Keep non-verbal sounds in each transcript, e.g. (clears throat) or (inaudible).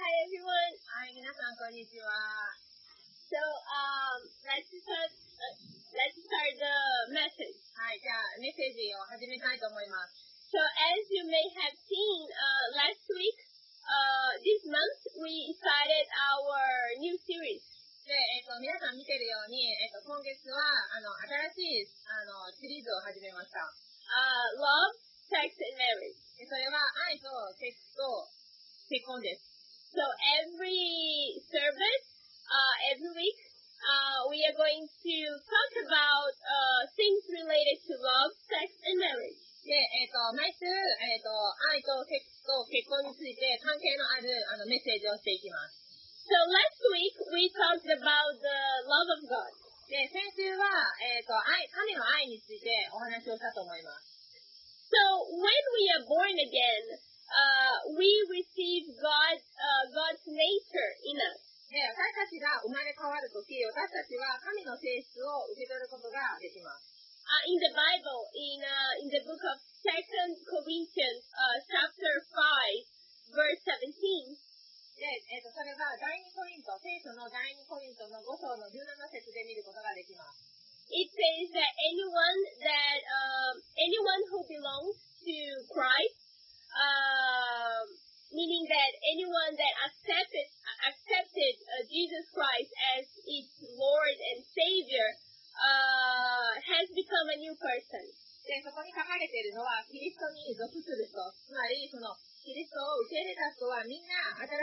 Hi everyone. Hi, 皆さんこんにちは。So, um, let's start, uh, let's start the message. はい、じゃあメッセージを始めたいと思います。So, as you may have seen uh, last week, uh, this month we started our new series. で、えっ、と、皆さん見てるように、えっ、と、今月は、あの、新しい、あの、シリーズを始めました。 Uh, love, sex, and marriage. でそれは、愛とセックスと結婚です。 So every service, uh, every week, uh, we are going to talk about uh, things related to love, sex, and marriage. で、えっ、と、毎週、えっ、と、愛とセックスと結婚について関係のある、あの、メッセージをしていきます。 So last week we talked about the love of God. で、先週は、えっ、と、愛、神の愛についてお話をしたと思います。 So when we are born again, uh, we receive God, uh, God's nature in us. で、私たちが生まれ変わるとき、私たちは神の性質を受け取ることができます。 Uh, in the Bible, in uh, in the book of Second Corinthians, uh, chapter five, verse seventeen. で、えっ、と、それが第2コリント、聖書の第2コリントの5章の17節で見ることができます。 it says that anyone that um, anyone who belongs to Christ, um, meaning that anyone that accepted accepted uh, Jesus Christ as its Lord and Savior, uh, has become a new person. で、そこに書かれているのは、キリストに属する人。つまり、その、キリストを受け入れた人はみんな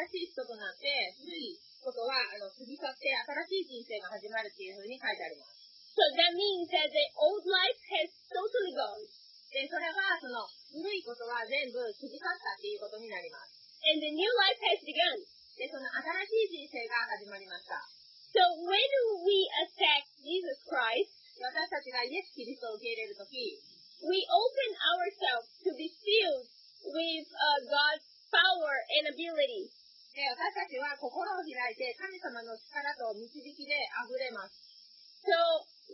新しい人となって、古いことは、あの、過ぎ去って新しい人生が始まるっていうふうに書いてあります。 So that means that the old life has totally gone, で、それは、その、古いことは全部過ぎ去ったっていうことになります。 and the new life has begun. で、その新しい人生が始まりました。 So when we accept Jesus Christ, で私たちがイエス・キリストを受け入れるとき、 we open ourselves to be filled with uh, God's power and ability. で、私たちは心を開いて神様の力と導きで溢れます。 So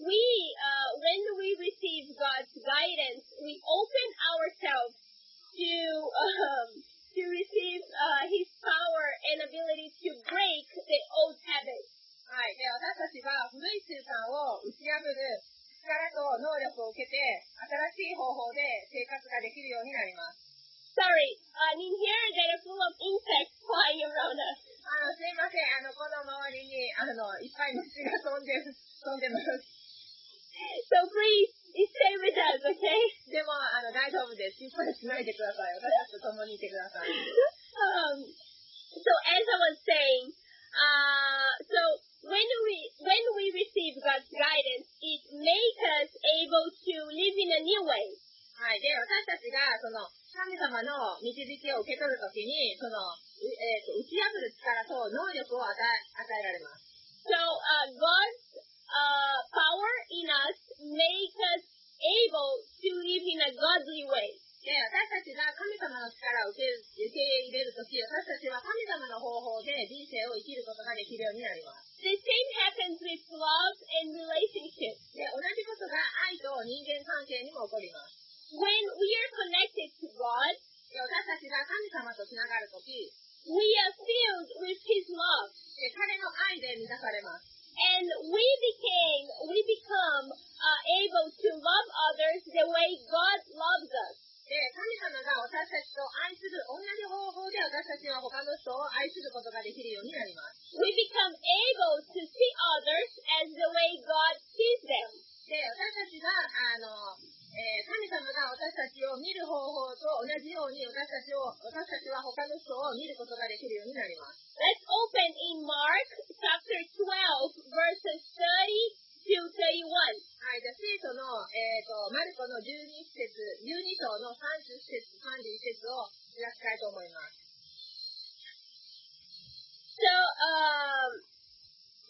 we, uh, when we receive God's guidance, we open ourselves to um, to receive uh, His power and ability to break the old habits. はい。で、私たちは古い習慣を打ち破る力と能力を受けて、新しい方法で生活ができるようになります。 Sorry, I mean here that are full of insects flying around us. あの、すいません。あの、この周りに、あの、いっぱい虫が飛んでる、飛んでます。 So please stay with us, okay? でも、あの、大丈夫です。心配しないでください。私たちと共にいてください。 um, so as I was saying, uh, so when we when we receive God's guidance, it makes us able to live in a new way. はい。で、私たちが、その、神様の導きを受け取るときに、その、うえーと、打ち破る力と能力を与え、与えられます。 So uh, God's uh, power in us makes us able to live in a godly way. で、私たちが神様の力を受け受け入れるとき、私たちは神様の方法で人生を生きることができるようになります。 The same happens with love and relationships. で、同じことが愛と人間関係にも起こります。 When we are connected to God, で、私たちが神様とつながるとき、で we are filled with His love. 彼の愛で満たされます。 and we became, we become uh, able to love others the way God loves us. で、神様が私たちと愛する、同じ方法で私たちは他の人を愛することができるようになります。 We become able to see others as the way God sees them. で、私たちが、あの、えー神様が私たちを見る方法と同じように私たちを、私たちは他の人を見ることができるようになります。 Let's open in Mark chapter 12 verses 30 to 31. はい、じゃあ、聖書の、えっ、と、マルコの12節、12章の30節、31節を開きたいと思います。 So, um,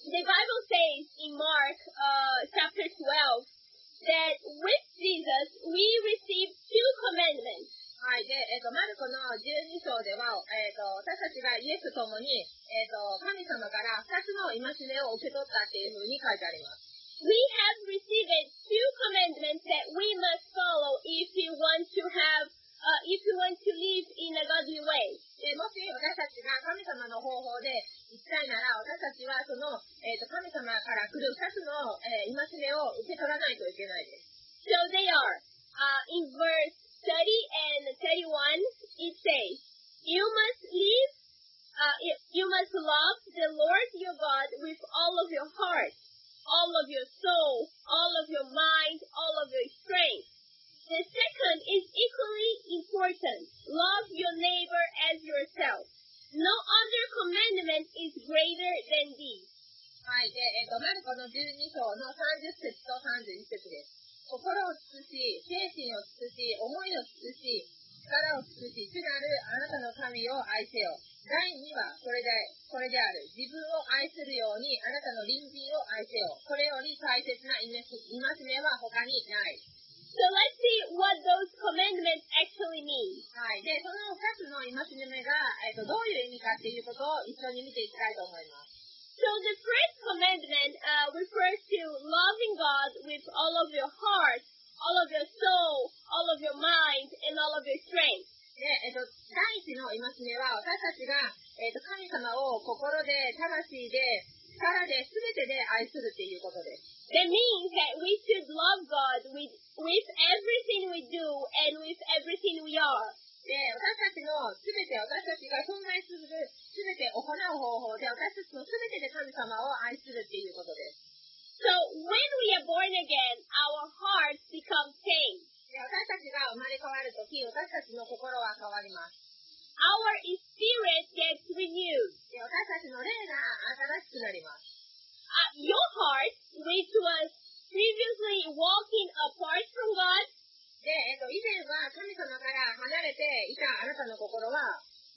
the Bible says in Mark, uh, chapter 12, that with Jesus we receive two commandments. はい、で、えっ、と、マルコの12章では、えっ、と、私たちがイエスと共に、えっ、と、神様から2つの戒めを受け取ったっていうふうに書いてあります。 We have received two commandments that we must follow if we want to have, uh, if we want to live in a godly way. で、もし私たちが神様の方れないです。 So they are. Uh, in verse 30 and 31, it says, You must live, uh, you- you must love the Lord your God with all of your heart, all of your soul, all of your mind, all of your strength. The second is equally important. Love your neighbor as yourself. No other commandment is greater than these. はい。で、えっ、と、マルコの12章の30節と31節です。心を慎し、精神を慎し、思いを慎し、力を尽し、主なるあなたの神を愛せよ。第2は、これで、これである。自分を愛するように、あなたの隣人を愛せよ。これより大切な戒め戒めは他にない。 So let's see what those commandments actually mean. はい。で、その2つの戒めが、えっ、と、どういう意味かっていうことを一緒に見ていきたいと思います。 So the first commandment uh, refers to loving God with all of your heart, all of your soul, all of your mind, and all of your strength. で、えっと、第一の戒めは、私たちが、えっと、神様を心で、魂で、力で、すべてで愛するっていうことです。 That means that we should love God with with everything we do and with everything we are. で、私たちのすべて、私たちが存在する、すべて行う方法で、私たちのすべてで神様を愛するっていうことです。 So when we are born again, our hearts become changed. で、私たちが生まれ変わるとき、私たちの心は変わります。 Our spirit gets renewed. で、私たちの霊が新しくなります。 Uh, your heart, which was previously walking apart from God, で、えっと、以前は神様から離れていたあなたの心は、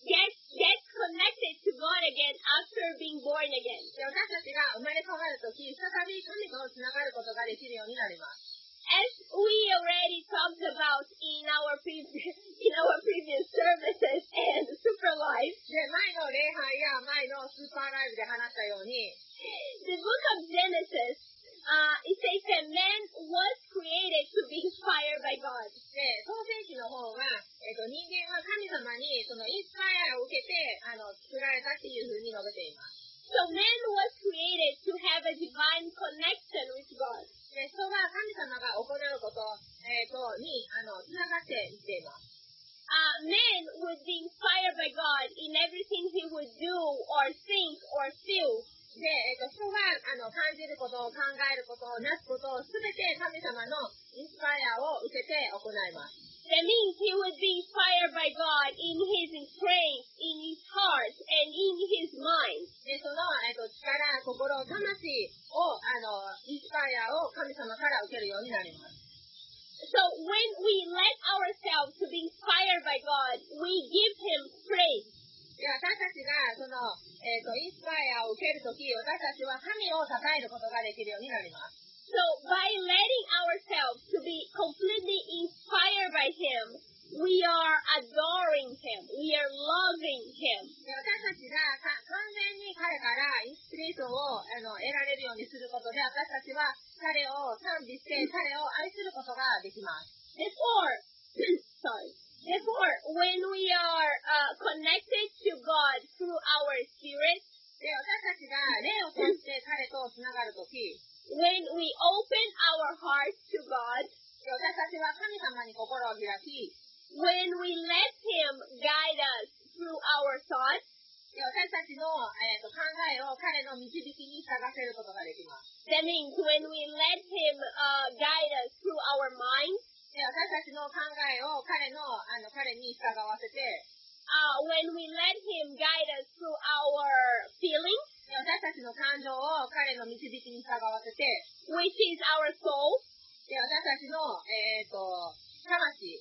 get get connected to God again after being born again. で私たちが生まれ変わるとき、再び神とつながることができるようになります。 As we already talked about in our previous (laughs) in our previous services and (laughs) Super Life, で、前の礼拝や前のスーパーライブで話したように、 the book of Genesis, uh, it says that man was created to be inspired by God. で、創世記の方は、えっと、人間は神様にそのインスパイアを受けて、あの、作られたっていうふうに述べています。 So man was created to have a divine connection with God. で、人は神様が行うこと、えっと、に、あの、つながっていっています。 Uh, man would be inspired by God in everything he would do or think or feel. で、えっと、人は、あの、感じること、考えること、なすこと、すべて神様のインスパイアを受けて行います。 That means he would be inspired by God in his strength, in his heart, and in his mind. で、その、えっと、力、心、魂を、あの、インスパイアを神様から受けるようになります。 So when we let ourselves to be inspired by God, we give him praise. で、私たちが、その、えっと、インスパイアを受けるとき、私たちは神を称えることができるようになります。 So by letting ourselves to be completely inspired by him, we are adoring him. We are loving him. で、私たちが、か完全に彼からインスピレーションを、あの、得られるようにすることで、私たちは彼を賛美して、彼を愛することができます。 Therefore, (clears throat) sorry. Therefore, when we are uh, connected to God through our spirit, で、私たちが、霊を通して彼と繋がるとき、 when we open our hearts to God, で私たちは神様に心を開き、 when we let Him guide us through our thoughts, で私たちの、えー、と考えを彼の導きに従わせることができます。 that means when we let Him uh, guide us through our mind, で私たちの考えを彼のあの彼に従わせて、で uh, when we let Him guide us through our feelings, 私たちの感情を彼の導きに従わせて、で which is our soul, 私たちの、えー、と魂、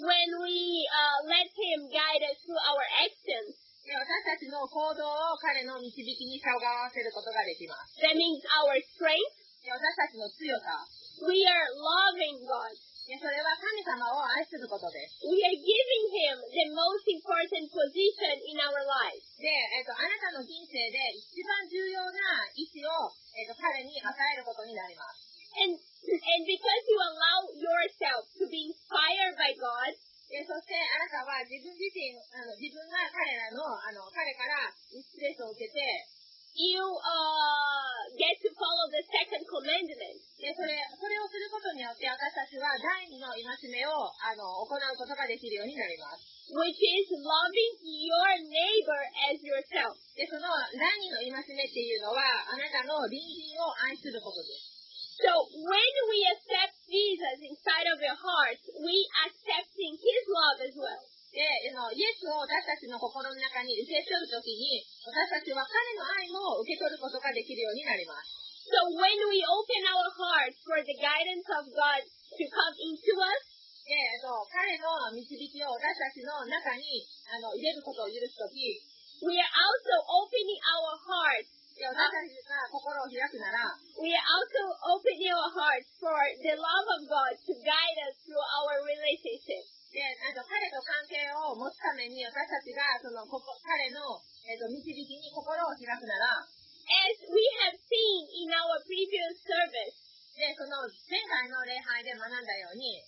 when we uh, let Him guide us through our actions, で私たちの行動を彼の導きに従わせることができます。 that means our strength, で私たちの強さ、 we are loving God. でそれは神様を愛することです。 We are giving Him the most important position in our lives. で、えっ、と、あなたの人生で一番重要な意志を、えっ、と、彼に与えることになります。 And and because you allow yourself to be inspired by God, で、そしてあなたは自分自身、あの自分が彼らの、あの、彼からインスピレーションを受けて、 you uh get to follow the second commandment. で、それ、それをするよって私たちは第二の戒めをあの行うことができるようになります。 which is loving your neighbor as yourself. で、その第二の戒めっていうのは、あなたの隣人を愛することです。 So when we accept Jesus inside of your heart, we accepting his love as well. で、あのイエスを私たちの心の中に受け取るときに、私たちは彼の愛も受け取ることができるようになります。 So when we open our hearts for the guidance of God to come into us, で、あの彼の導きを私たちの中にあの入れることを許すとき、 we are also opening our hearts. で私たちが心を開くなら、 We are also opening our hearts for the love of God to guide us through our relationship. で、あと彼と関係を持つために私たちがそのここ彼の、えっと導きに心を開くなら、 As we have seen in our previous service, で、その前回の礼拝で学んだように、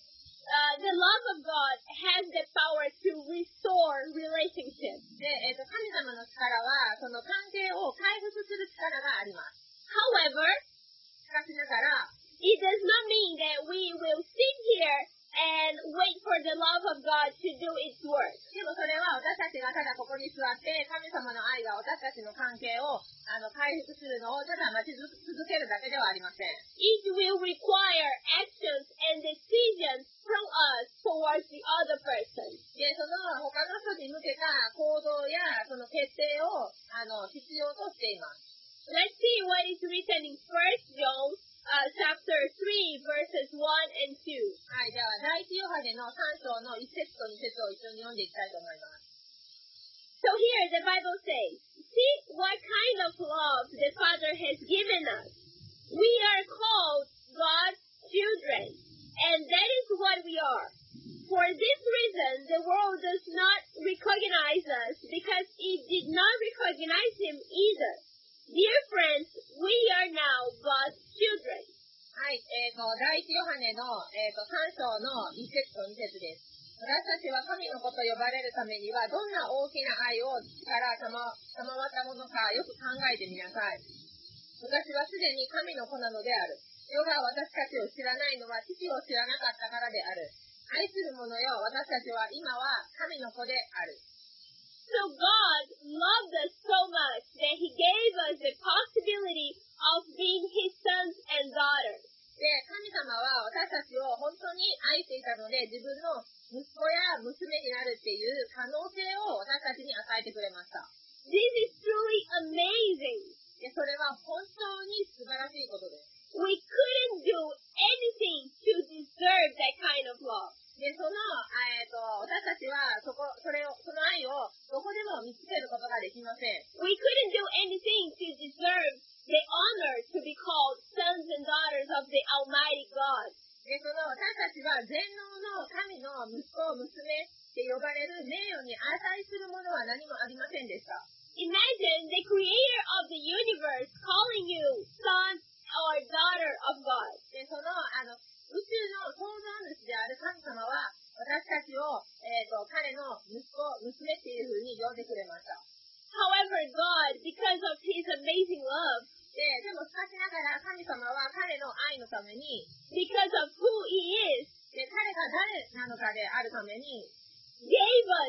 uh, the love of God has the power to restore relationships. で、えっと神様の力はその関係を回復する力があります。 However, しかしながら、 it does not mean that we will sit here and wait for the love of God to do its work. でもそれは私たちがただここに座って、神様の愛が私たちの関係をあの回復するのをただ待ち続けるだけではありません。 It will require actions and decisions from us towards the other person. で、その他の人に向けた行動やその決定をあの必要としています。 Let's see what is written in 1 John uh, chapter 3 verses 1 and 2. はい、では、第一ヨハネの3章の1節と2節を一緒に読んでいきたいと思います。 So here the Bible says, See what kind of love the Father has given us. We are called God's children, and that is what we are. For this reason, the world does not recognize us because it did not recognize Him either. Dear friends, we are now God's children. はい、えー、と、第一ヨハネの、えー、と3章の1節と2節です。私たちは神の子と呼ばれるためには、どんな大きな愛を父から賜賜ったものかよく考えてみなさい。私はすでに神の子なのである。世が私たちを知らないのは父を知らなかったからである。愛する者よ、私たちは今は神の子である。 So God loved us so much that He gave us the possibility of being His sons and daughters. で、神様は私たちを本当に愛していたので、自分の息子や娘になるっていう可能性を私たちに与えてくれました。 This is truly amazing. で、それは本当に素晴らしいことです。 We couldn't do anything to deserve that kind of love. で、その、えっ、と、私たちは、そこ、それを、その愛を、どこでも見つけることができません。 We couldn't do anything to deserve the honor to be called sons and daughters of the Almighty God. で、その、私たちは、全能の神の息子、娘って呼ばれる名誉に値するものは何もありませんでした。 Imagine the creator of the universe calling you son or daughter of God. で、その、あの、宇宙の創造主である神様は、私たちを、えっ、と、彼の息子、娘っていう風に呼んでくれました。 However, God, because of his amazing love, で、でもしかしながら神様は彼の愛のために、 because of who he is, で、彼が誰なのかであるために、 gave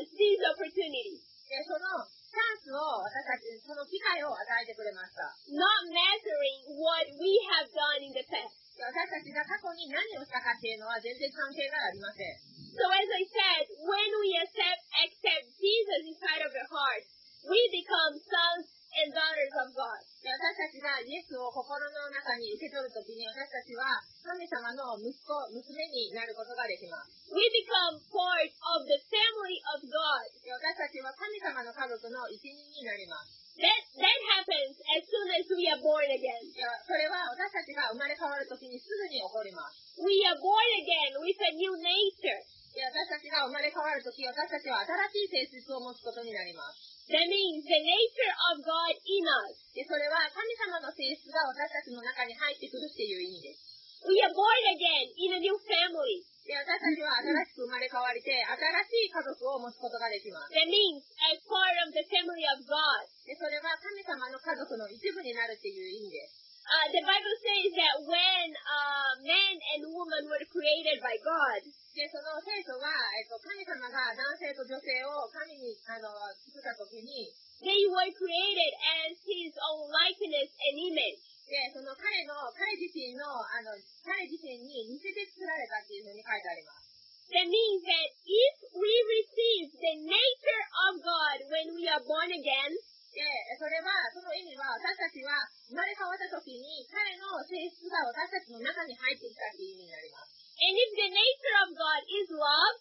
us these opportunities. で、そのチャンスを私たち、その機会を与えてくれました。 not mattering what we have done in the past. で私たちが過去に何をしたかっていうのは全然関係がありません。 So as I said, when we accept accept Jesus inside of our heart, we become sons and daughters of God. で私たちがイエスを心の中に受け取るときに私たちは神様の息子、娘になることができます。 We become part of the family of God. で私たちは神様の家族の一員になります。 That that happens as soon as we are born again. でそれは私たちが生まれ変わるときにすぐに起こります。 We are born again with a new nature. で私たちが生まれ変わるとき、私たちは新しい性質を持つことになります。 That means the nature of God in us. で、それは神様の性質が私たちの中に入ってくるっていう意味です。 We are born again in a new family. で、私たちは新しく生まれ変わりて、新しい家族を持つことができます。 That means as part of the family of God. で、それは神様の家族の一部になるっていう意味です。 Uh, the Bible says that when uh, man and woman were created by God, で、その聖書は、えっと、神様が男性と女性を神に、あの、作った時に、 they were created as His own likeness and image. で、その彼の、彼自身の、あの、彼自身に似せて作られたっていうふうに書いてあります。 That means that if we receive the nature of God when we are born again, で、それは、その意味は、私たちは生まれ変わった時に、彼の性質が私たちの中に入ってきたっていう意味になります。 and if the nature of God is love,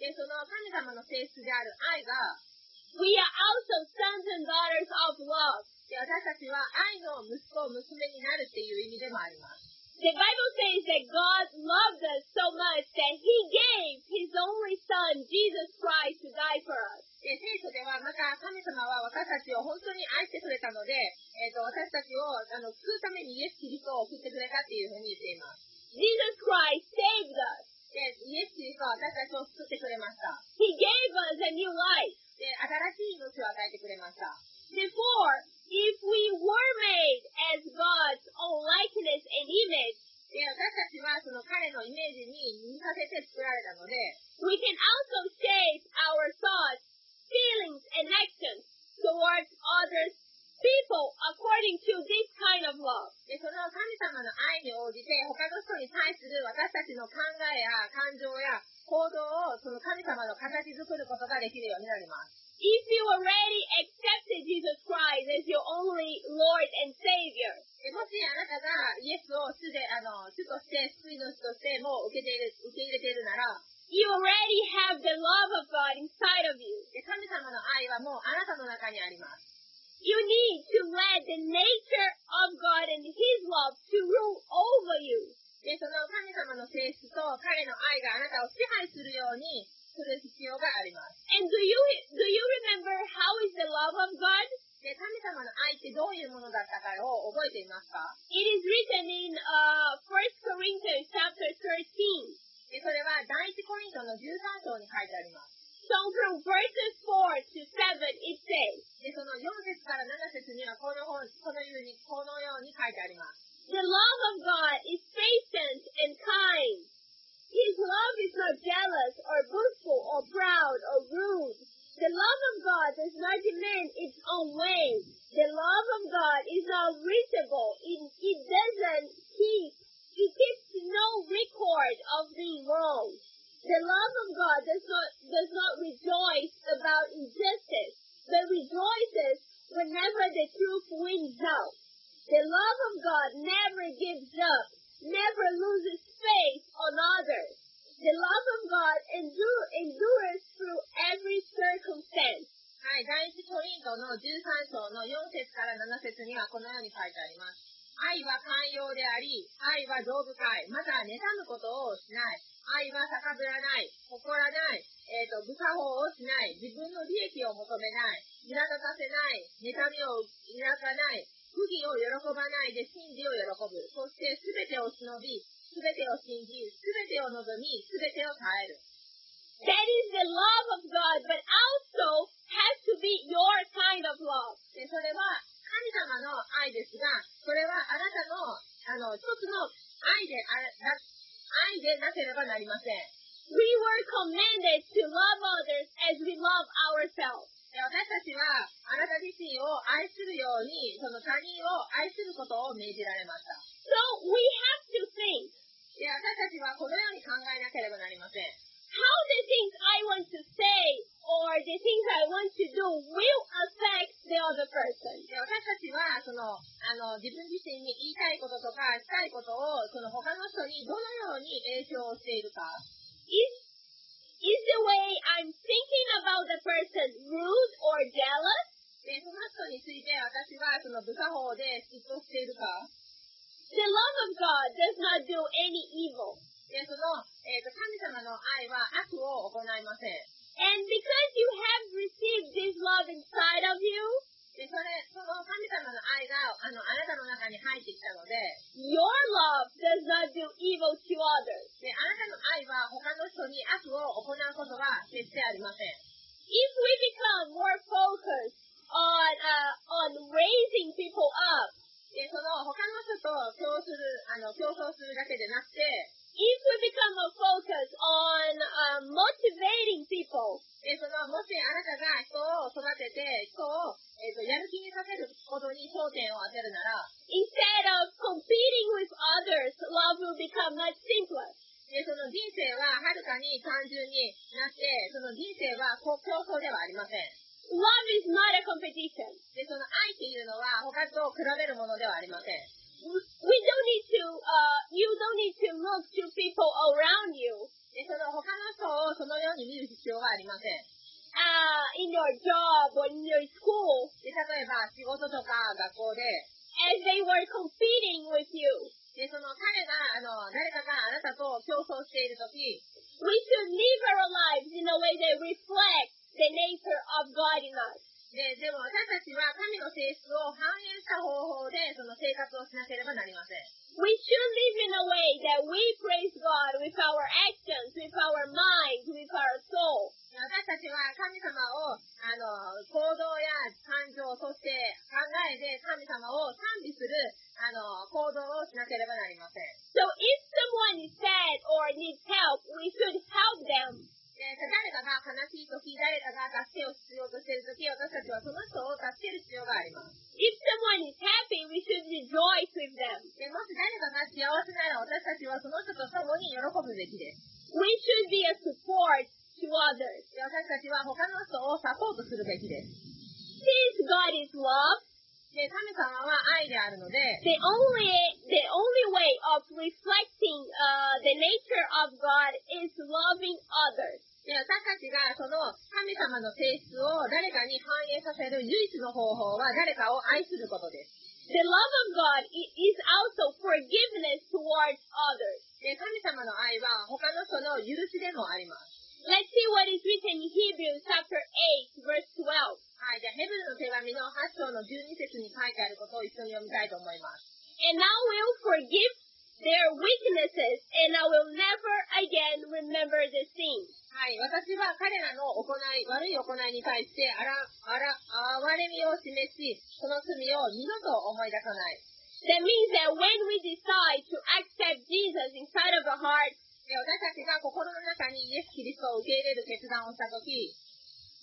で、その神様の性質である愛が、 we are also sons and daughters of love. で、私たちは愛の息子、娘になるっていう意味でもあります。 The Bible says that God loved us so much that He gave His only Son, Jesus Christ, to die for us. で、聖書ではまた神様は私たちを本当に愛してくれたので、えっ、と、私たちを、あの、救うためにイエス・キリストを送ってくれたっていうふうに言っています。 Jesus Christ saved us. で、イエス・キリストは私たちを救ってくれました。 He gave us a new life. で、新しい命を与えてくれました。 Before, if we were made as God's own likeness and image, で、私たちはその彼のイメージに似させて作られたので、 we can also shape our thoughts, feelings, and actions towards others, people, according to this kind of love. で、その神様の愛に応じて、他の人に対する私たちの考えや感情や行動を、その神様の形作ることができるようになります。 If you already accepted Jesus Christ as your only Lord and Savior, でもしあなたがイエスを主で、あの、主として、救い主としてもう受けている、受け入れているなら、 you already have the love of God inside of you. で神様の愛はもうあなたの中にあります。 You need to let the nature of God and His love to rule over you. で、その神様の性質と彼の愛があなたを支配するようにする必要があります。 And do you do you remember how is the love of God? で、神様の愛ってどういうものだったかを覚えていますか It is written in uh, 1 Corinthians chapter 13. で、それは第一コリントの13章に書いてあります。 So from verses 4 to 7 it says, で、その4節から7節にはこの本、このように、このように書いてあります。 The love of God is patient and kind. His love is not jealous or boastful or proud or rude. The love of God does not demand its own way. The love of God is not reachable. It, it doesn't keep, it keeps no record of the wrong. The love of God does not, does not rejoice about injustice, but rejoices whenever the truth wins out. The love of God never gives up, never loses faith on others. The love of God endure, endures through every circumstance. はい、第一コリントの13章の4節から7節にはこのように書いてあります。愛は寛容であり、愛は丈夫かい、また妬むことをしない、愛は逆ぶらない、誇らない、えっ、と、無作法をしない、自分の利益を求めない、苛立たせない、妬みを抱かない、不義を喜ばないで真理を喜ぶ、そして全てを忍び、全てを信じ、全てを望み、全てを耐える。 That is the love of God, but also has to be your kind of love. で、それは神様の愛ですが、それはあなたの、あの、一つの愛であな、愛でなければなりません。 We were commanded to love others as we love ourselves. で私たちは、あなた自身を愛するように、その他人を愛することを命じられました。 So we have to think, で、私たちはこのように考えなければなりません。 how the things I want to say or the things I want to do will affect the other person. で、私たちは、その、あの、自分自身に言いたいこととか、したいことを、その他の人にどのように影響をしているか。 is is the way I'm thinking about the person rude or jealous? で、その人について私は、その、部作法で嫉妬しているか。 The love of God does not do any evil. で、その、えーと、神様の愛は悪を行いません。 And because you have received this love inside of you, で、それ、その神様の愛が、あの、あなたの中に入ってきたので、 your love does not do evil to others. で、あなたの愛は他の人に悪を行うことは決してありません。 If we become more focused on uh, on raising people up で、その他の人と競する、あの、競争するだけでなくて、 If we become more focused on uh, motivating people, で、その、もしあなたが人を育てて、人を、えっ、と、やる気にさせることに焦点を当てるなら、 instead of competing with others, love will become much simpler. で、その人生ははるかに単純になって、その人生はこう競争ではありません。 Love is not a competition. で、その愛っていうのは他と比べるものではありません。 We don't need to, uh, you don't need to look to people around you, で、その他の人をそのように見る必要はありません。 uh, in your job or in your school, で、例えば仕事とか学校で、 as they were competing with you. で、その彼が、あの、誰かがあなたと競争しているとき、 We should live our lives in a way that reflects the nature of God in us. で、でも私たちは神の性質を反映した方法で、その生活をしなければなりません。 We should live in a way that we praise God with our actions, with our minds, with our soul. 私たちは神様を、あの、行動や感情、そして考えで神様を賛美する、あの、行動をしなければなりません。 So if someone is sad or needs help, we should help them. で誰かが悲しいとき、誰かが助けを必要としているとき、私たちはその人を助ける必要があります。 If someone is happy, we should rejoice with them. で、もし誰かが幸せなら私たちはその人と共に喜ぶべきです。 We should be a support to others. で私たちは他の人をサポートするべきです。 Since God is love, で、神様は愛であるので、 the only the only way of reflecting uh, the nature of God is loving others. で私たちがその神様の性質を誰かに反映させる唯一の方法は誰かを愛することです。 The love of God i- is also forgiveness towards others. で神様の愛は他の人の許しでもあります。 Let's see what is written in Hebrews chapter 8 verse 12. はい、じゃあヘブルの手紙の8章の12節に書いてあることを一緒に読みたいと思います。 And I will forgive their weaknesses, and I will never again remember this sin. はい、私は彼らの行い、悪い行いに対してあら、あら、哀れみを示し、その罪を二度と思い出さない。 That means that when we decide to accept Jesus inside of our heart, で私たちが心の中にイエス・キリストを受け入れる決断をしたとき、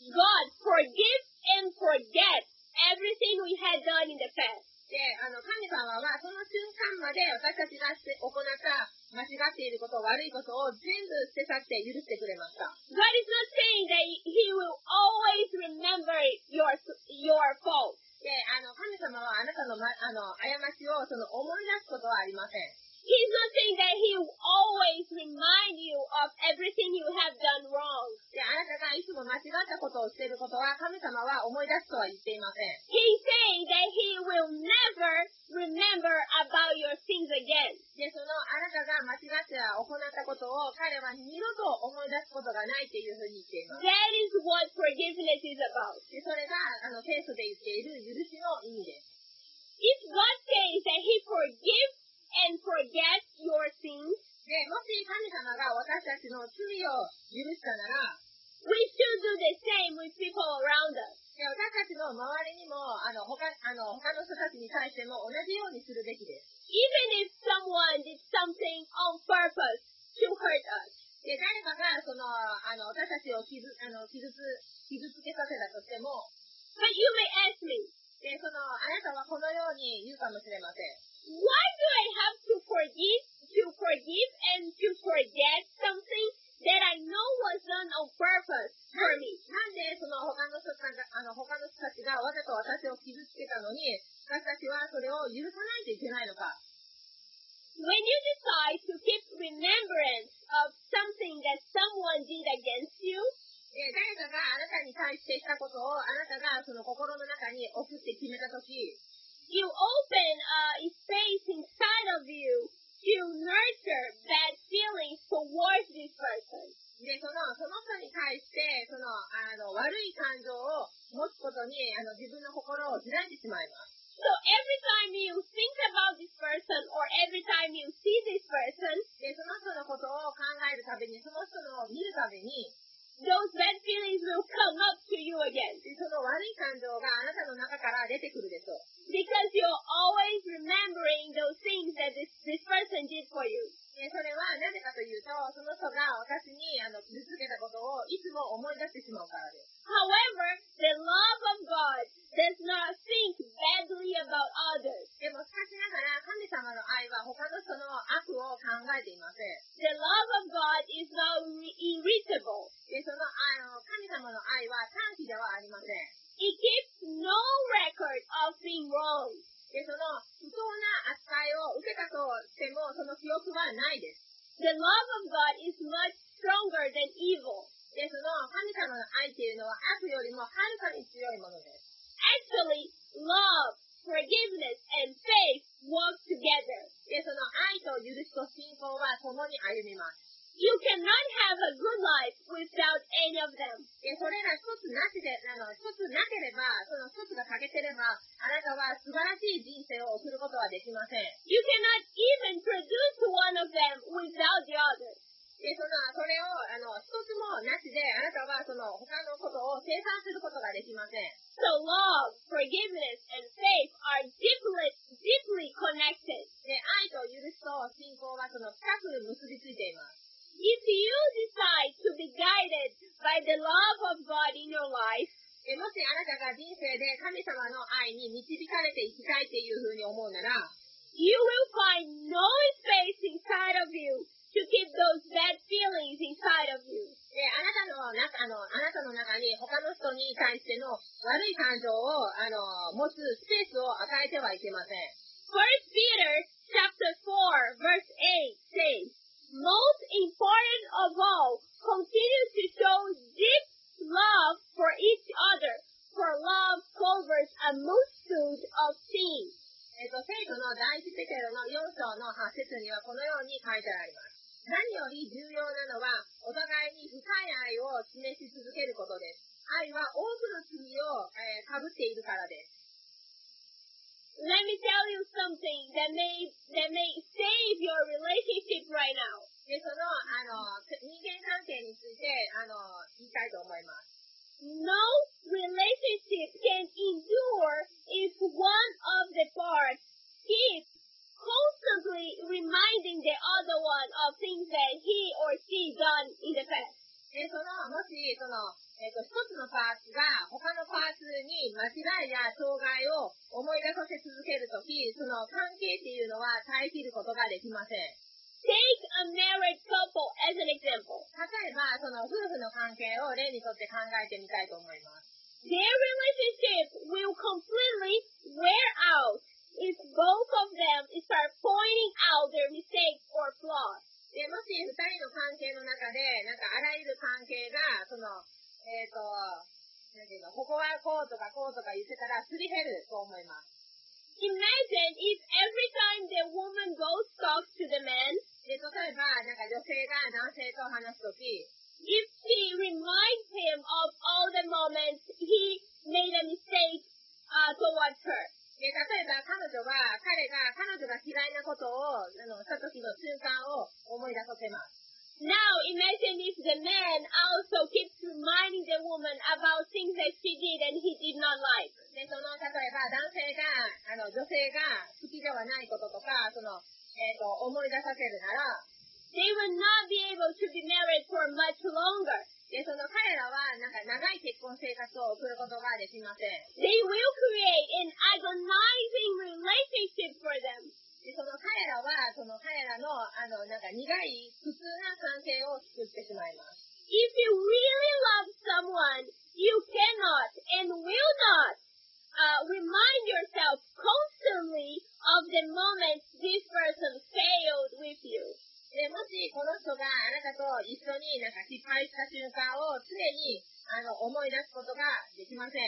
God forgives and forgets everything we had done in the past. で、あの、神様はその瞬間まで私たちがして行った間違っていること、悪いことを全部捨て去って許してくれました。 God is not saying that He will always remember your your fault. で、あの、神様はあなたの、ま、あの、過ちをその思い出すことはありません。 He's not saying that He will always remind you of everything you have done wrong. で、あなたがいつも間違ったことをしていることは神様は思い出すとは言っていません。 He's saying that he will never remember about your sins again. で、そのあなたが間違って行ったことを彼は二度と思い出すことがないっていうふうに言っています。 That is what forgiveness is about. で、それが、あの、聖書で言っている許しの意味です。 If God says that he forgives and forgets your sins, で、もし神様が私たちの罪を許したなら、 we should do the same with people around us. で私たちの周りにも、あの、他、あの、他の人たちに対しても同じようにするべきです。 Even if someone did something on purpose to hurt us, で、誰かが、その、あの、私たちを傷、あの、傷つ、傷つけさせたとしても、 but you may ask me, で、その、あなたはこのように言うかもしれません。 why do I have to forgive, to forgive and to forget something that I know was done on purpose for me? なんで、その、他の人たちが、あの、他の人たちがわざと私を傷つけたのに、私たちはそれを許さないといけないのか。 When you decide to keep remembrance of something that someone did against you, で、誰かがあなたに対してしたことを、あなたがその心の中に送って決めたとき、 you open uh, a space inside of you to nurture bad feelings towards this person. で、その、その人に対して、その、あの、悪い感情を持つことに、あの、自分の心を開いてしまいます。 So every time you think about this person or every time you see this person, で、その人のことを考えるたびに、その人のを見るたびに、 those bad feelings will come up to you again でその悪い感情があなたの中から出てくるでしょう。 because you're always remembering those things that this, this person did for you. でそれはなぜかというと、その人が私にあの傷つけたことをいつも思い出してしまうからです。 However, the love of God does not think badly about others. でもしかしながら、神様の愛は他の人の悪を考えていません。 The love of God is not re- irritable. で、そのあの神様の愛は短期ではありません。 It keeps no record of being wrong. で、その不当な扱いを受けたとしても、その記憶はないです。 The love of God is much stronger than evil. で、その神様の愛っていうのは悪よりもはるかに強いものです。 Actually, love, forgiveness, and faith work together. で、その愛と許しと信仰は共に歩みます。 You cannot have a good life without any of them. で、それら一つなしで、あの、一つなければ、その一つが欠けてれば、あなたは素晴らしい人生を送ることはできません。 You cannot even produce one of them without the other. で、その、それを、あの、一つもなしで、あなたはその、他のことを生産することができません。 So love, forgiveness, and faith are deeply, deeply connected. で、愛と許しと信仰はその、深く結びついています。 If you decide to be guided by the love of God in your life, で、もしあなたが人生で神様の愛に導かれていきたいっていうふうに思うなら、 you will find no space inside of you to keep those bad feelings inside of you. で、あなたの中、あの、あなたの中に他の人に対しての悪い感情を、あの、持つスペースを与えてはいけません。 First Peter chapter 4 verse 8 says, Most important of all, continue to show deep love for each other, for love covers a multitude of sins. えっと、聖書の第一ペテロの4章の8節にはこのように書いてあります。何より重要なのは、お互いに深い愛を示し続けることです。愛は多くの罪を、えー、かぶっているからです。 Let me tell you something that may, that may save your relationship right now. で、その、あの、人間関係について、あの、言いたいと思います。 No relationship can endure if one of the parts keeps constantly reminding the other one of things that he or she done in the past. で、その、もし、その、えっ、と、一つのパーツが、他のパーツに間違いや障害を思い出させ続けるとき、その関係っていうのは耐え切ることができません。 Take a married couple as an example. 例えば、その、夫婦の関係を例にとって考えてみたいと思います。 Their relationship will completely wear out if both of them start pointing out their mistakes or flaws. で、もし、二人の関係の中で、なんか、あらゆる関係が、その、えっ、と、なんていうの、ここはこうとかこうとか言ってたら、すり減ると思います。 Imagine if every time the woman goes talk to the man, で、例えば、なんか、女性が男性と話すとき、 if she reminds him of all the moments he made a mistake uh, towards her. で、例えば彼女は、彼が、彼女が嫌いなことを、あの、した時の瞬間を思い出させます。 Now imagine if the man also keeps reminding the woman about things that she did and he did not like. で、その、例えば男性が、あの、女性が好きではないこととか、その、えっ、と、思い出させるなら、 They will not be able to be married for much longer. で、その彼らは、なんか、長い結婚生活を送ることができません。 They will create an agonizing relationship for them. で、その彼らは、その彼らの、あの、なんか、苦い、苦痛な関係を作ってしまいます。 If you really love someone, you cannot and will not uh, remind yourself constantly of the moments this person failed with you. で、もし、この人があなたと一緒になんか失敗した瞬間を常に、あの、思い出すことができません。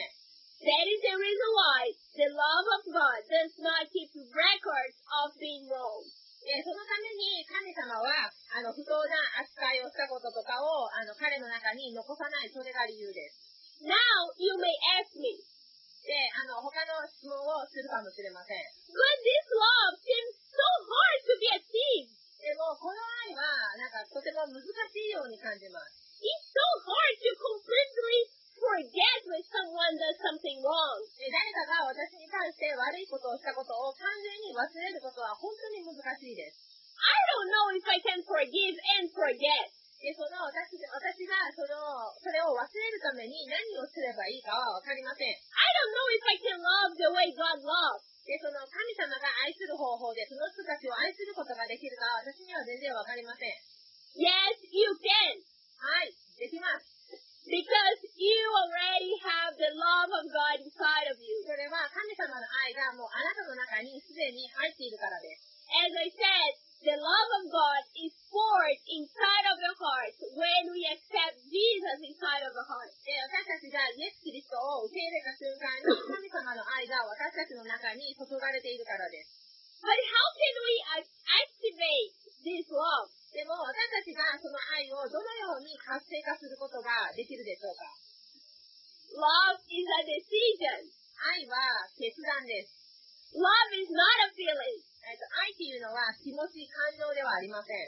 That is the reason why the love of God does not keep records of being wrong. で、そのために神様は、あの、不当な扱いをしたこととかを、あの、彼の中に残さない、それが理由です。 Now you may ask me, で、あの、他の質問をするかもしれません。 but this love seems so hard to be achieved. でも、この愛は、なんか、とても難しいように感じます。 It's so hard to wrong. え誰かが私に対して悪いことをしたことを完全に忘れることは本当に難しいです。 I don't know if I can forgive and forget. で、その私私がその、それを忘れるために何をすればいいかはわかりませ I ん。don't know if I can love the way God loves. で、その神様が愛する方法でその人たちを愛することができるかは私には全然わかりません。 Yes, you can. はい、できます。 Because you already have the love of God inside of you. それは神様の愛がもうあなたの中にすでに入っているからです。 As I said, the love of God is poured inside of your heart when we accept Jesus inside of the heart. で、私たちがイエス・キリストを受け入れた瞬間に神様の愛が私たちの中に注がれているからです。 But how can we ac- activate this love? でも私たちがその愛をどのように活性化することができるでしょうか Love is a decision. 愛は決断です。 Love is not a feeling. えっと愛っていうのは気持ち、感情ではありません。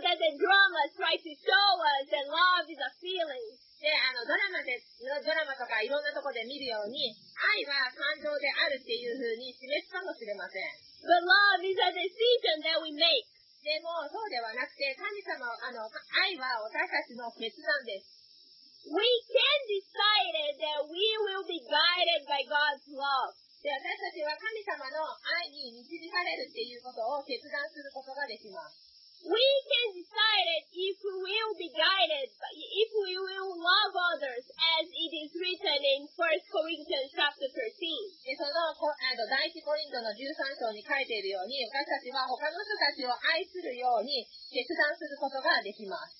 I know that the dramas try to show us that love is a feeling. で、あの、ドラマで、ドラマとかいろんなとこで見るように、愛は感情であるっていう風に示すかもしれません。 But love is a decision that we make. でも、そうではなくて、神様、あの、愛は私たちの決断です。 We can decide it that we will be guided by God's love. で、私たちは神様の愛に導かれるっていうことを決断することができます。 We can decide it if we will be guided, by- if we will love others as it is written in 1 Corinthians chapter 13. で、その、こあの、第一コリントの13章に書いているように、私たちは他の人たちを愛するように決断することができます。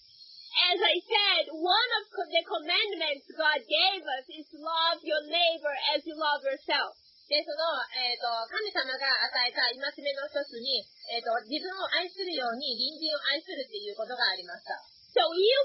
As I said, one of co- the commandments God gave us is to love your neighbor as you love yourself. で、その、えっ、と、神様が与えた戒めの一つに、えっ、と、自分を愛するように隣人を愛するっていうことがありました。 So you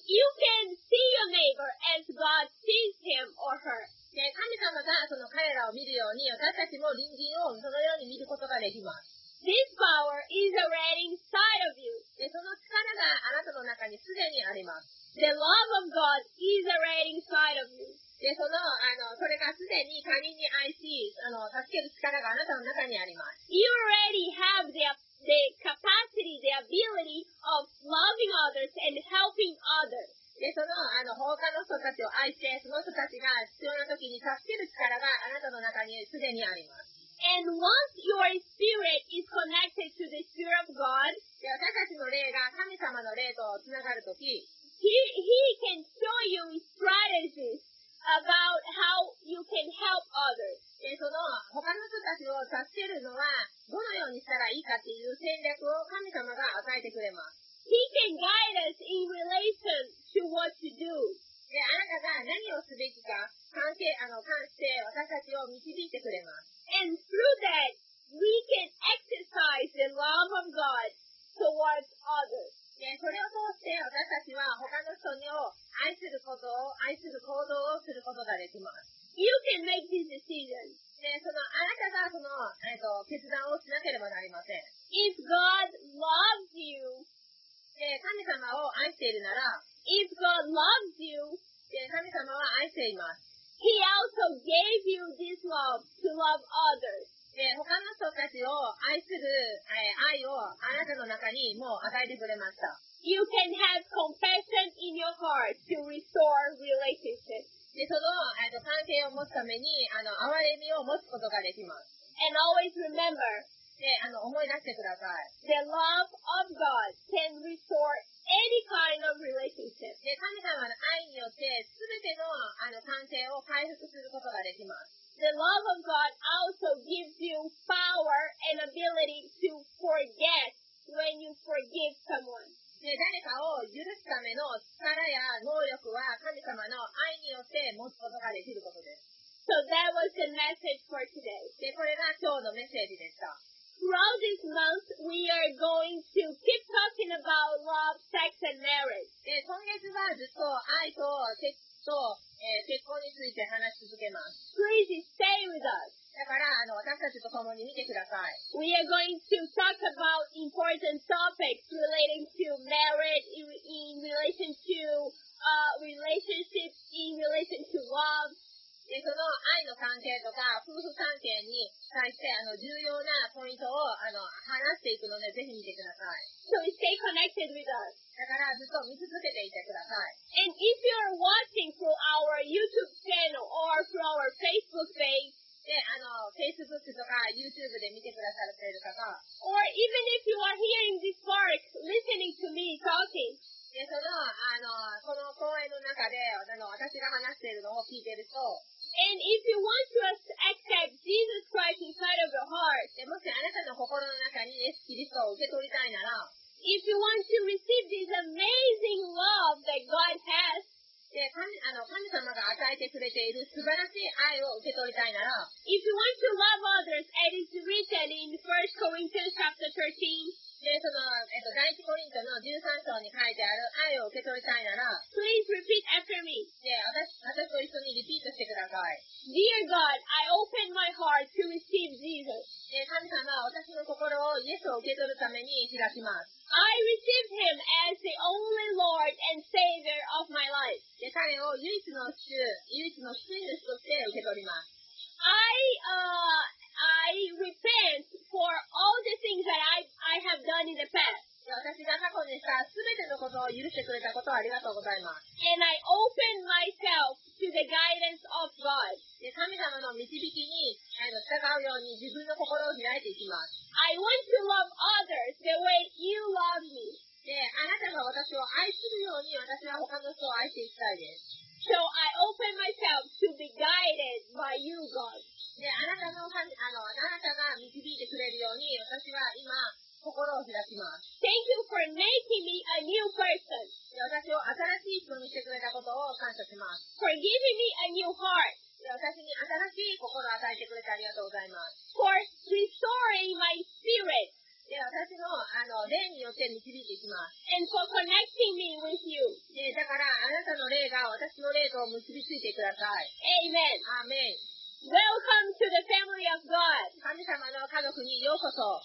can, you can see your neighbor as God sees him or her. で、神様がその彼らを見るように、私たちも隣人をそのように見ることができます。 This power is already inside of you. で、その力があなたの中にすでにあります。 The love of God is already inside of you. で、その、あの、それがすでに他人に愛し、あの、助ける力があなたの中にあります。 You already have the, the capacity, the ability of loving others and helping others. で、その、あの、他の人たちを愛して、その人たちが必要な時に助ける力があなたの中にすでにあります。 And once your spirit is connected to the spirit of God, で、私たちの霊が神様の霊とつながるとき、 he, he can show you strategies about how you can help others. で、その、他の人たちを助けるのは、どのようにしたらいいかっていう戦略を神様が与えてくれます。 He can guide us in relation to what to do. で、あなたが何をすべきか、関係、あの、関して私たちを導いてくれます。 And through that, we can exercise the love of God towards others. で、それを通して私たちは他の人を愛することを、愛する行動をすることができます。 You can make these decisions. で、その、あなたがその、えっ、と、決断をしなければなりません。 If God loves you, で、神様を愛しているなら、 if God loves you, で、神様は愛しています。 He also gave you this love to love others. で、他の人たちを愛する、えー愛をあなたの中にもう与えてくれました。 You can have compassion in your heart to restore relationships で、その、えーと関係を持つために、あの、憐れみを持つことができます。 and always remember で、あの、思い出してください。 the love of God can restore any kind of relationship. で、神様の愛によって、すべての、あの、関係を回復することができます。 The love of God also gives you power and ability to forget when you forgive someone. で、誰かを許すための力や能力は、神様の愛によって持つことができることです。 So that was the message for today. で、これが今日のメッセージでした。 Throughout this month, we are going to keep talking about love, sex, and marriage. で、今月はずっと愛とセックスと、えー結婚について話し続けます。 Please stay with us. だから、あの、私たちと共に見てください。 We are going to talk about important topics relating to marriage, in, in relation to uh, relationships, in relation to love. で、で、その愛の関係とか、夫婦関係に対して、あの、重要なポイントを、あの、話していくので、ぜひ見てください。 So stay connected with us. だから、ずっと見続けていてください。 And if you're watching through our YouTube channel or through our Facebook page, で、あの、Facebook とか YouTube で見てくださっている方、 or even if you are here in this park listening to me talking, で、その、あの、この公演の中で、あの、私が話しているのを聞いてると、 and if you want to ac- accept Jesus Christ inside of your heart, で、もしあなたの心の中にイエス・キリストを受け取りたいなら、 if you want to receive this amazing love that God has, で、神、あの、神様が与えてくれている素晴らしい愛を受け取りたいなら、 if you want to love others, as is written in 1 Corinthians chapter 13, で、その、えっと、第一コリントの13章に書いてある愛を受け取りたいなら、 please repeat after me. で、私、私と一緒にリピートしてください。 Dear God, I open my heart to receive Jesus. で、神様は私の心をイエスを受け取るために開きます。 I receive him as the only Lord and Savior of my life. で、彼を唯一の主、唯一の主主として受け取ります。 I uh I repent for all the things that I I have done in the past. で、私が過去にした全てのことを許してくれたことをありがとうございます。 And I open myself to the guidance of God. で、神様の導きに、あの、従うように自分の心を開いていきます。 I want to love others the way you love me. で、あなたが私を愛するように私は他の人を愛していきたいです。 So I open myself to be guided by you, God. で、あなたの神、あの、あなたが導いてくれるように私は今、心を開きます。 Thank you for making me a new person, で、私を新しい人にしてくれたことを感謝します。 for giving me a new heart, で、私に新しい心を与えてくれてありがとうございます。 for restoring my spirit, で、私の、あの、霊によって導いていきます。 and for connecting me with you. で、だから、あなたの霊が私の霊と結びついてください。 Amen. アーメン。 Welcome to the family of God. 神様の家族にようこそ。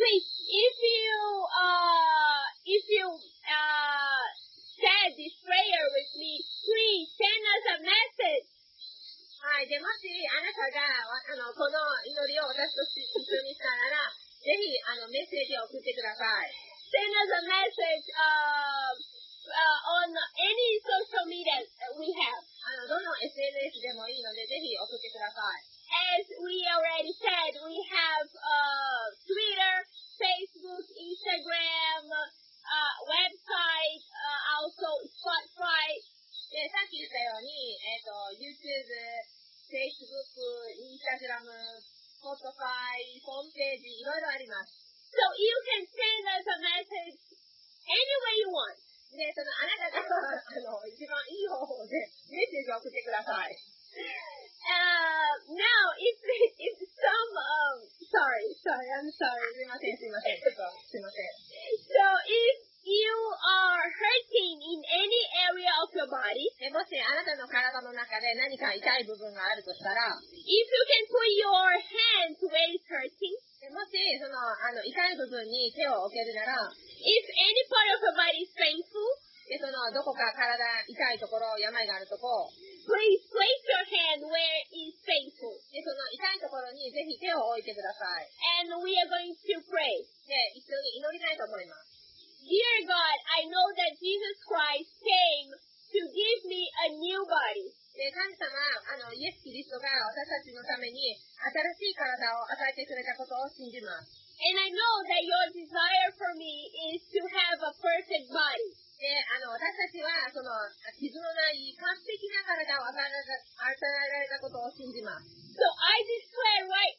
Please, if you uh if you uh said this prayer with me, please send us a message. はい。で、もし、あなたが、わあの、この祈りを私とし一緒にしたなら、ぜひ、あの、メッセージを送ってください。 Send us a message uh, uh on any social media that we have. あの、どの SNS でもいいので、ぜひ送ってください。 As we already said, we have uh Twitter, Facebook, Instagram, uh website, uh, also Spotify. で、さっき言ったように、えっ、と、YouTube、Facebook、Instagram、Spotify、ホームページ、いろいろあります。 So you can send us a message any way you want. で、その、あなたが、あの、一番いい方法で、メッセージを送ってください。 Uh, now, (laughs) if if some um, sorry, sorry, I'm sorry. すいません、すいません、ちょっと、すいません。 So if you are hurting in any area of your body, で、もし、あなたの体の中で何か痛い部分があるとしたら、 if you can put your hand where it's hurting, でもし、その、あの、痛い部分に手を置けるなら、 if any part of your body is painful, で、その、どこか体、痛いところ、病があるとこ、 please place your hand where it's painful, で、その、痛いところにぜひ手を置いてください。 and we are going to pray. で、一緒に祈りたいと思います。 Dear God, I know that Jesus Christ came to give me a new body. で、神様、あの、イエス・キリストが私たちのために、新しい体を与えてくれたことを信じます。 And I know that your desire for me is to have a perfect body. で、あの、私たちは、その、傷のない完璧な体を与えられた与えられたことを信じます。 So I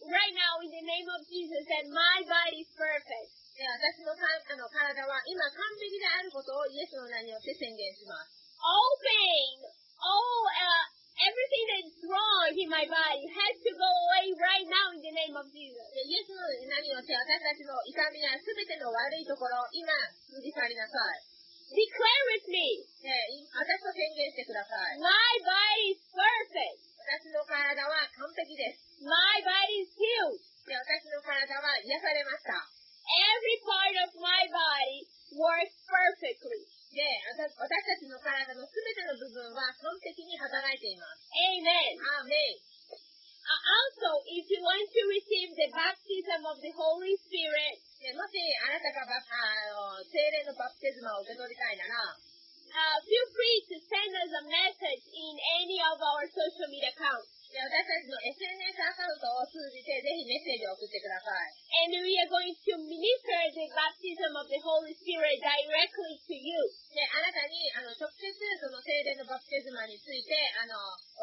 declare right right now in the name of Jesus that my body is perfect. で、私のかあの体は今完璧であることをイエスの名によって宣言します。 All pain, all uh, everything that's wrong in my body has to go away right now in the name of Jesus. で、イエスの名によって私たちの痛みや全ての悪いところを今、過ぎ去りなさい。 Declare with me, で、い私と宣言してください。 my body is perfect. 私の体は完璧です。 My body is healed. で、私の体は癒されました。 Every part of my body works perfectly. で、で、あた私たちの体のすべての部分は基本的に働いています。 Amen. アーメン。 Uh, also, if you want to receive the baptism of the Holy Spirit, でもし、あなたがバあの、精霊のバプテスマを受け取りたいなら、 uh, feel free to send us a message in any of our social media accounts. で私たちの SNS アカウントを通じて、ぜひメッセージを送ってください。 And we are going to minister the baptism of the Holy Spirit directly to you. で、あなたに、あの、直接、その精霊のバプテスマについて、あの、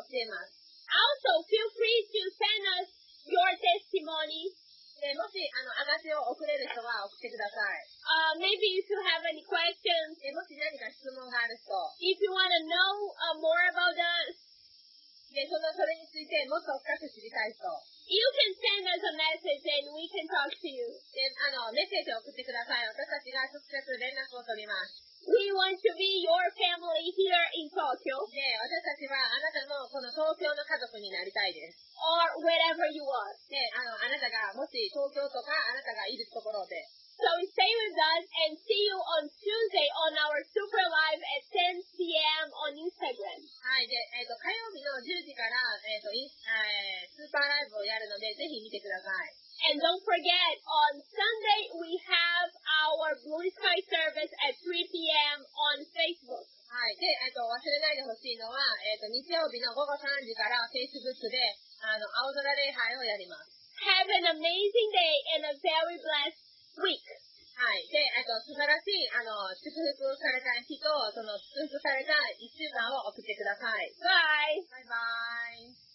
教えます。 Also, feel free to send us your testimony. で、もし、あの、あがを送れる人は送ってくださ Uh, い。maybe if you have any questions, で、もし何か質問がある人、 if you want to know uh, more about us, で、その、それについてもっと深く知りたい人、で、 you can send us a message and we can talk to you. あの、メッセージを送ってください。私たちが直接連絡を取ります。 We want to be your family here in Tokyo で、私たちはあなたのこの東京の家族になりたいです。 or wherever you are. で、あの、あなたが、もし東京とか、あなたがいるところで、 So stay with us and see you on Tuesday on our Super Live at 10 p.m. on Instagram. はい、で、えっ、と、火曜日の10時から、えっ、と、インえースーパーライブをやるので、ぜひ見てください。 And don't forget, on Sunday we have our Blue Sky service at 3 p.m. on Facebook. はい、で、えっ、と、忘れないでほしいのは、えっ、と、日曜日の午後3時から Facebook で、あの、青空礼拝をやります。 Have an amazing day and a very blessed week. はい、で、えっ、と、素晴らしい、あの、祝福された日と、その、祝福された1週間を送ってください。 Bye. バイバイ。